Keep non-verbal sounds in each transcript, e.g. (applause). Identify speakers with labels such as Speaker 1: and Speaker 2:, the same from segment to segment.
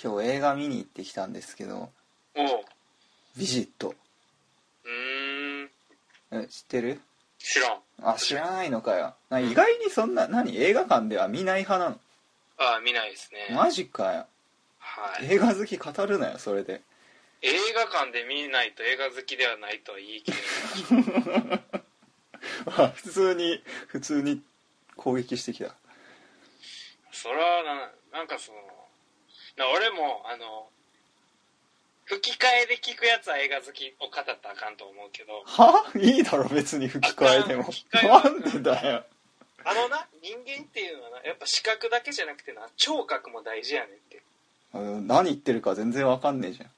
Speaker 1: 今日映画見に行ってきたんですけど
Speaker 2: おう
Speaker 1: 「ビジット
Speaker 2: うーん」
Speaker 1: え知ってる
Speaker 2: 知らん
Speaker 1: あ知らないのかよな意外にそんな何映画館では見ない派な
Speaker 2: ああ見ないですね
Speaker 1: のマジかよ
Speaker 2: はい
Speaker 1: 映画好き語るなよそれで
Speaker 2: 映画館で見ないと映画好きではないとは言い切れない
Speaker 1: あ普通に普通に攻撃してきた
Speaker 2: それはななんかそのな俺もあの吹き替えで聞くやつは映画好きを語ったらあかんと思うけど
Speaker 1: はいいだろ別に吹き替えでも
Speaker 2: 吹き替えは
Speaker 1: なんでだよ
Speaker 2: あのな人間っていうのはなやっぱ視覚だけじゃなくてな聴覚も大事やねんって
Speaker 1: うん何言ってるか全然わかんねえじゃん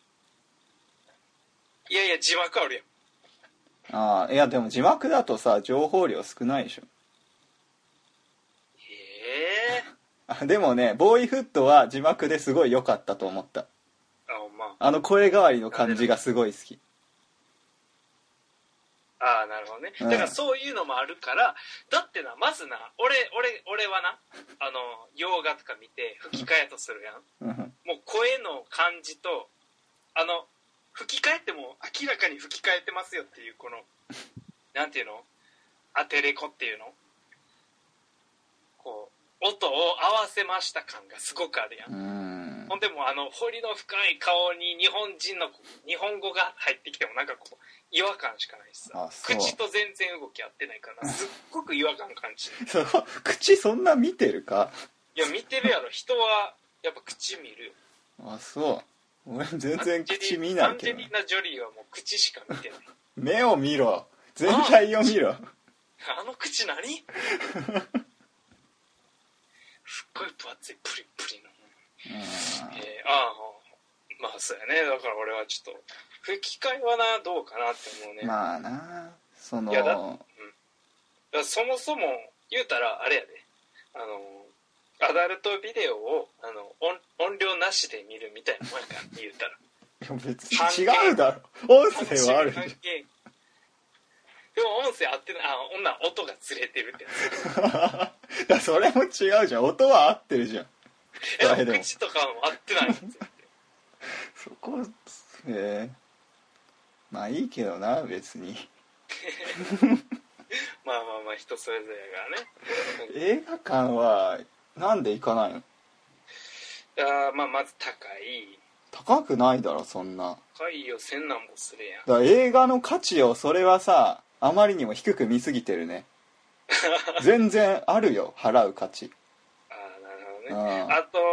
Speaker 2: いやいや字幕あるやん
Speaker 1: ああいやでも字幕だとさ情報量少ないでしょ
Speaker 2: ええ
Speaker 1: あでもねボーイフットは字幕ですごい良かったと思った
Speaker 2: あほんま
Speaker 1: あの声変わりの感じがすごい好き
Speaker 2: ああなるほどね
Speaker 1: うん
Speaker 2: だからそういうのもあるから、だってなまずな俺俺俺はなあの洋画とか見て吹き替えやとするやん
Speaker 1: うん
Speaker 2: もう声の感じとあの吹き替えってもう明らかに吹き替えてますよっていうこのなんていうのアテレコっていうのこう音を合わせました感がすごくあるや
Speaker 1: う
Speaker 2: ん
Speaker 1: ーん
Speaker 2: ほんでもうあの彫りの深い顔に日本人の日本語が入ってきてもなんかこう違和感しかないしさ
Speaker 1: あそう
Speaker 2: 口と全然動き合ってないからなすっごく違和感感じ
Speaker 1: (laughs)
Speaker 2: る
Speaker 1: そう口そんな見てるか
Speaker 2: いや見てるやろ人はやっぱ口見るよ
Speaker 1: あそう俺全然口見ないけ
Speaker 2: アン
Speaker 1: ど
Speaker 2: ジェリーナ・ジョリーはもう口しか見てない
Speaker 1: 目を見ろ全体を見ろ
Speaker 2: あの口何すっごい分厚いプリプリの、
Speaker 1: うん
Speaker 2: えーああまあそうやねだから俺はちょっと吹き替えはなどうかなって思うね、
Speaker 1: まあなその
Speaker 2: いやだだからそもそも言うたらあれやであのアダルトビデオをあの音音量なしで見るみたいなもんやから言うたら
Speaker 1: いや別に違うだろ音声はあるじゃん
Speaker 2: 楽しみ関係でも音声合ってないあ女は音がずれてるってやつ
Speaker 1: (laughs) だからそれも違うじゃん音は合ってるじゃん (laughs)
Speaker 2: え
Speaker 1: 誰でも
Speaker 2: 口とかも合ってないんですよ
Speaker 1: そこええまあいいけどな別に
Speaker 2: まあまあまあ人それぞれやからね
Speaker 1: 映画館はなんで行かないの (laughs)
Speaker 2: あーまあまず高い
Speaker 1: 高くないだろそんな
Speaker 2: 高いよ千なんもするやん
Speaker 1: だから映画の価値をそれはさあまりにも低く見すぎてる (laughs) ね全然あるよ払う価値
Speaker 2: ああなるほどね
Speaker 1: うん
Speaker 2: あと、うん、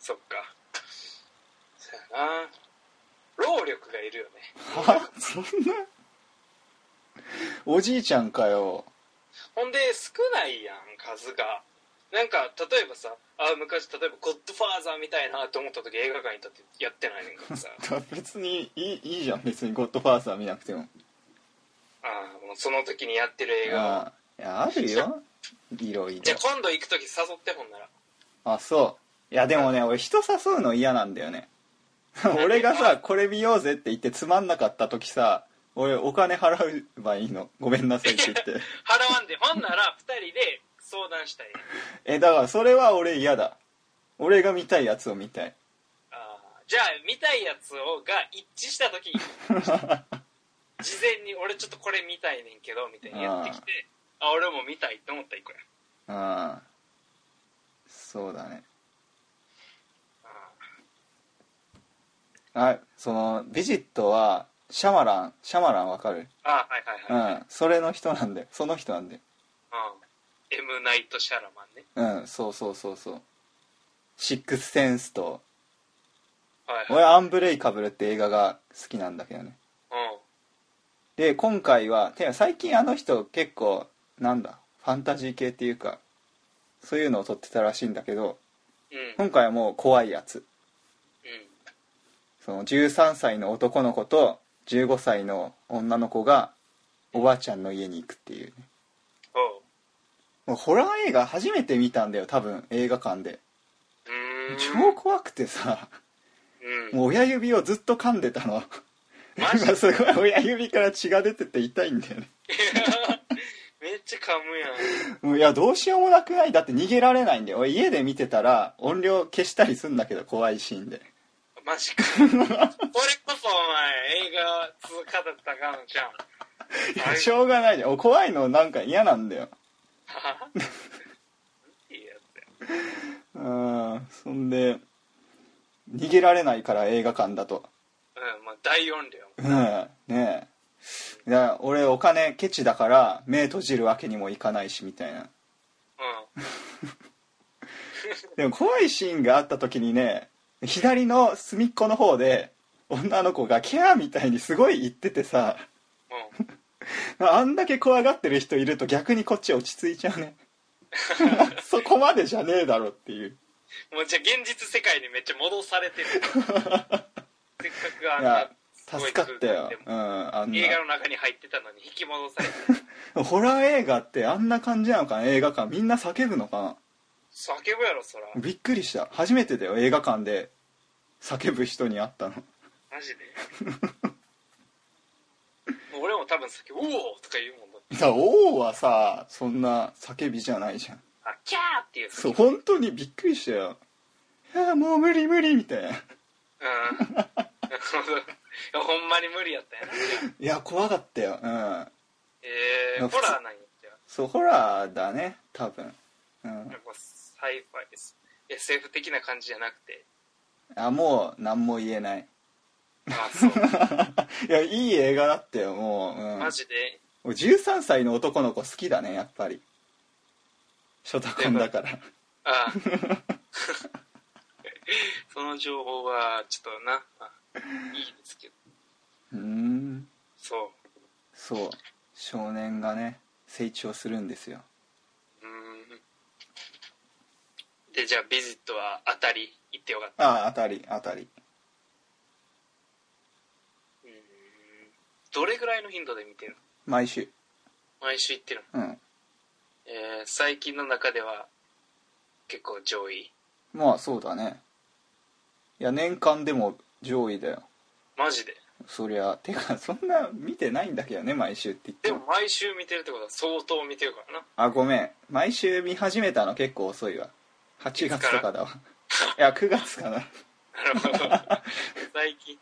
Speaker 2: そっか。そやな。労力がいるよね。
Speaker 1: は (laughs) そんなおじいちゃんかよ
Speaker 2: ほんで、少ないやん、数が。なんか、例えばさ、あ昔、例えば、ゴッドファーザーみたいなと思った時、映画館に行ったってやってないねんからさ。
Speaker 1: だから別にいいいいじゃん別に「ゴッドファーザー」見なくても
Speaker 2: ああ、もうその時にやってる映画を。
Speaker 1: あいやあるよいろい
Speaker 2: じ
Speaker 1: ろ
Speaker 2: ゃあ、今度行く時誘ってほんなら。
Speaker 1: あそういやでもね俺人誘うの嫌なんだよ (laughs) ね俺がさこれ見ようぜって言ってつまんなかった時さ俺お金払えばいいのごめんなさいって言って
Speaker 2: 払わんで、ほんなら、二人で相談したい。
Speaker 1: えだからそれは俺嫌だ俺が見たいやつを見たい
Speaker 2: あーじゃあ見たいやつをが一致した時事前に俺ちょっとこれ見たいねんけどみたいにやってきてあ俺も見たいって思ったら行くやん
Speaker 1: うんそうだね
Speaker 2: あ
Speaker 1: あそのビジットはシャマランシャマランわかる
Speaker 2: ーあーはいは
Speaker 1: う
Speaker 2: いはい、
Speaker 1: んそれの人なんだよその人なんだよ
Speaker 2: うん、M ナイト・シャラマンね
Speaker 1: うんそうそうそうそうシックスセンスと
Speaker 2: はいはい
Speaker 1: 俺アンブレイカブルって映画が好きなんだけどね
Speaker 2: うん
Speaker 1: で今回はてか最近あの人結構なんだファンタジー系っていうかそういうのを撮ってたらしいんだけど
Speaker 2: うん
Speaker 1: 今回はもう怖いやつ
Speaker 2: うん
Speaker 1: その13歳の男の子と15歳の女の子がおばあちゃんの家に行くっていうね
Speaker 2: おう
Speaker 1: もうホラー映画初めて見たんだよ多分映画館で
Speaker 2: うーん
Speaker 1: 超怖くてさ
Speaker 2: うん
Speaker 1: もう親指をずっと噛んでたの
Speaker 2: マ
Speaker 1: (laughs)
Speaker 2: ジ
Speaker 1: 今すごい親指から血が出てて痛いんだよね
Speaker 2: めっちゃ噛むやん
Speaker 1: うんいやどうしようもなくないだって逃げられないんで俺家で見てたら音量消したりすんだけど怖いシーンで
Speaker 2: マジかこれこそお前映画続かだったかのちゃん
Speaker 1: いや
Speaker 2: はい
Speaker 1: しょうがないでお怖いのなんか嫌なんだよ
Speaker 2: いいやつや
Speaker 1: うんそんで逃げられないから映画館だと
Speaker 2: うんまあ大音量
Speaker 1: うんねえいや俺お金ケチだから目閉じるわけにもいかないしみたいな
Speaker 2: うん
Speaker 1: でも怖いシーンがあった時にね左の隅っこの方で女の子がキャーみたいにすごい言っててさ
Speaker 2: うん
Speaker 1: あんだけ怖がってる人いると逆にこっち落ち着いちゃ
Speaker 2: (laughs)
Speaker 1: うねそこまでじゃねえだろっていう
Speaker 2: もうじゃあ現実世界にめっちゃ戻されてるせっかくあ
Speaker 1: い
Speaker 2: ん
Speaker 1: や
Speaker 2: な
Speaker 1: 助かったよ、うん、あん
Speaker 2: 映画
Speaker 1: な
Speaker 2: の中に入ってたのに引き戻されて
Speaker 1: ホラー映画ってあんな感じなのかな映画館みんな叫ぶのか
Speaker 2: 叫ぶやろそら
Speaker 1: なびっくりした初めてだよ映画館で叫ぶ人に会ったの
Speaker 2: マジで俺も多分叫ぶ「おお!」とか言うもんだって
Speaker 1: だから王はさそんな叫びじゃないじゃん
Speaker 2: あキャーっていう
Speaker 1: そう本当にびっくりしたよいやもう無理無理みたいな
Speaker 2: うんいや (laughs) ほんまに無理やったやなじゃあ
Speaker 1: いや怖かったようん
Speaker 2: え
Speaker 1: いや
Speaker 2: ー、
Speaker 1: 普通
Speaker 2: ホラーなんやじゃあ
Speaker 1: そうホラーだね多分うん
Speaker 2: なんかサイファイです SF 的な感じじゃなくて
Speaker 1: あもう何も言えない
Speaker 2: あそう
Speaker 1: (laughs) いやいい映画だってよもう、うん、
Speaker 2: マジで
Speaker 1: 俺13歳の男の子好きだねやっぱりショタコンだから
Speaker 2: あ (laughs) あその情報はちょっとなあいいですけど
Speaker 1: うーん
Speaker 2: そ
Speaker 1: そう少年がね成長するんですよ
Speaker 2: ううんでじゃあビジットは当たり行ってよかった
Speaker 1: ああ当たり当たり
Speaker 2: うんどれぐらいの頻度で見てるの
Speaker 1: 毎週
Speaker 2: 毎週行ってるの、
Speaker 1: うん
Speaker 2: えー最近の中では結構上位
Speaker 1: まあそうだねいや年間でも上位だよ
Speaker 2: マジで
Speaker 1: そりゃてかそんな見てないんだけどね毎週って言って
Speaker 2: で
Speaker 1: も
Speaker 2: も毎週見てるってことは相当見てるからな
Speaker 1: あごめん毎週見始めたの結構遅いわ8月とかだわいや9月かな
Speaker 2: なるほど (laughs) 最近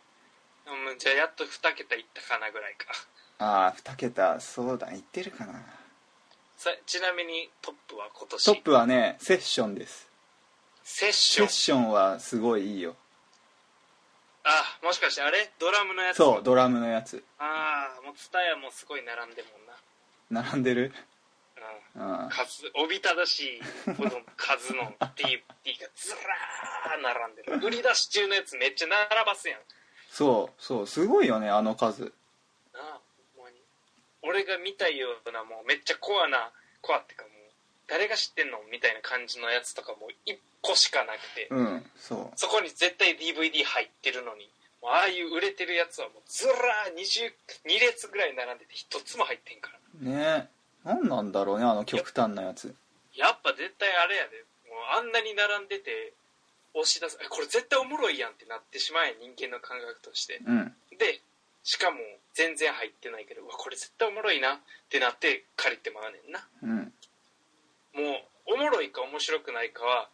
Speaker 2: うんじゃあやっと2桁いったかなぐらいか
Speaker 1: ああ2桁そうだ言ってるかな
Speaker 2: さちなみにトップは今年
Speaker 1: トップはねセッションです
Speaker 2: セッシ
Speaker 1: セ
Speaker 2: ョ
Speaker 1: ッ
Speaker 2: ン
Speaker 1: ションはすごいいいよ
Speaker 2: あもしかしてあれドラムのやつ
Speaker 1: そうドラムのやつ
Speaker 2: ああもう蔦屋もすごい並んでるもんな
Speaker 1: 並んでる
Speaker 2: うん
Speaker 1: うん
Speaker 2: 数おびただしいこの数の DVD がずらー並んでる売り出し中のやつめっちゃ並ばすやん
Speaker 1: そうそうすごいよねあの数
Speaker 2: なあほんまに俺が見たようなもうめっちゃコアなコアってかもう誰が知ってんのみたいな感じのやつとかも1個しかなくて
Speaker 1: うんそ
Speaker 2: そこに絶対 DVD 入ってるのにもうああいう売れてるやつはもうずらー 20, 2列ぐらい並んでて1つも入ってんから
Speaker 1: うね何なんだろうねあの極端なやつ
Speaker 2: やっぱ絶対あれやでもうあんなに並んでて押し出すえこれ絶対おもろいやんってなってしまえ人間の感覚として
Speaker 1: うん
Speaker 2: でしかも全然入ってないけどうわこれ絶対おもろいなってなって借りてまうねんな
Speaker 1: うん
Speaker 2: もうおもろいか面白くないかは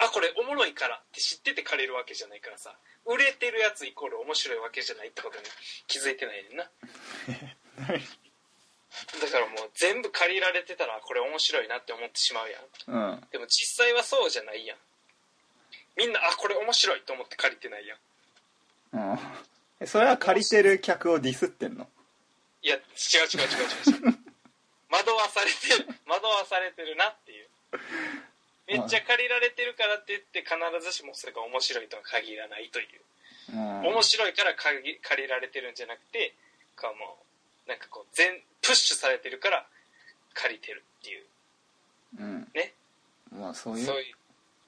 Speaker 2: あこれおもろいからって知ってて借りるわけじゃないからさ売れてるやつイコール面白いわけじゃないってことに気づいてないねんなだからもう全部借りられてたらこれ面白いなって思ってしまうやん
Speaker 1: うん
Speaker 2: でも実際はそうじゃないやんみんなあこれ面白いと思って借りてないやん
Speaker 1: うんえそれは借りてる客をディスってんの
Speaker 2: いや違う違う
Speaker 1: (laughs)
Speaker 2: 違う違う違う惑わされてる惑わされてるなっていうめっちゃ借りられてるからって言って必ずしもそれが面白いとは限らないという
Speaker 1: うん
Speaker 2: 面白いから借り借りられてるんじゃなくてかもうなんかこう全プッシュされてるから借りてるっていう
Speaker 1: うん
Speaker 2: ね
Speaker 1: まあそうい
Speaker 2: そう
Speaker 1: う
Speaker 2: いう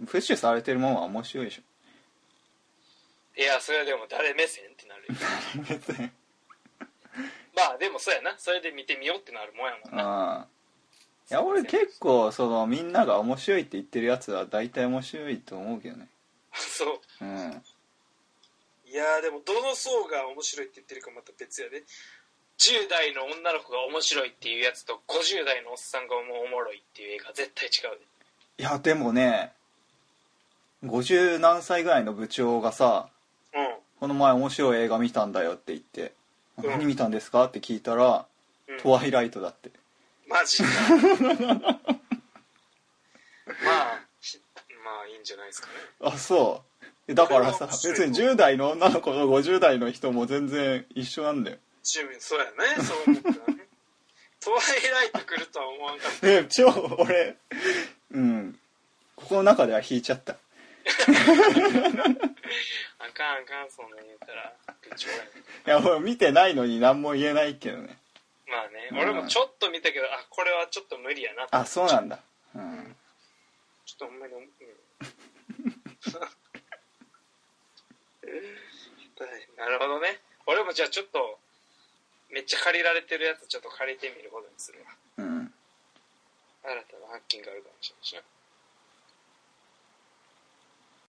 Speaker 1: プッシュされてるもんは面白
Speaker 2: (laughs)
Speaker 1: いでしょ
Speaker 2: いやそれでも誰目線って
Speaker 1: (laughs)
Speaker 2: なるよ
Speaker 1: 別に
Speaker 2: まあでもそうやなそれで見てみようってなるもんやもん
Speaker 1: う
Speaker 2: なん
Speaker 1: いや俺結構そのみんなが面白いって言ってるやつは大体面白いと思うけどね
Speaker 2: (laughs) そ
Speaker 1: う
Speaker 2: う
Speaker 1: ん
Speaker 2: いやーでもどの層が面白いって言ってるかまた別やで10代の女の子が面白いっていうやつと50代のおっさんがもうおもろいっていう映画絶対違うで
Speaker 1: いやでもね50何歳ぐらいの部長がさ「この前面白い映画見たんだよ」って言って「
Speaker 2: うん
Speaker 1: 何見たんですか?」って聞いたら
Speaker 2: うん、
Speaker 1: 「
Speaker 2: うん、
Speaker 1: トワイライト」だって
Speaker 2: マ
Speaker 1: (laughs)
Speaker 2: ジかまあしまあいいんじゃないですかね
Speaker 1: あそうだからさ
Speaker 2: それは
Speaker 1: 別に10代の女の子と50代の人も全然一緒なんだよ
Speaker 2: チームそうやねそう思ったらねトワイライト来るとは思わんかった
Speaker 1: で (laughs) 超俺うんここの中では引いちゃった
Speaker 2: あかんあかんそんなん言ったら部長やね
Speaker 1: いや俺見てないのに何も言えないけどね
Speaker 2: まあね、
Speaker 1: うん
Speaker 2: 俺もちょっと見たけどあこれはちょっと無理やな
Speaker 1: あそうなんだうん
Speaker 2: ちょっとほんまに、うん (laughs) なるほどね俺もじゃあちょっとめっちゃ借りられてるやつちょっと借りてみることにするわ
Speaker 1: うん
Speaker 2: 新たな発見があるかもしれないしな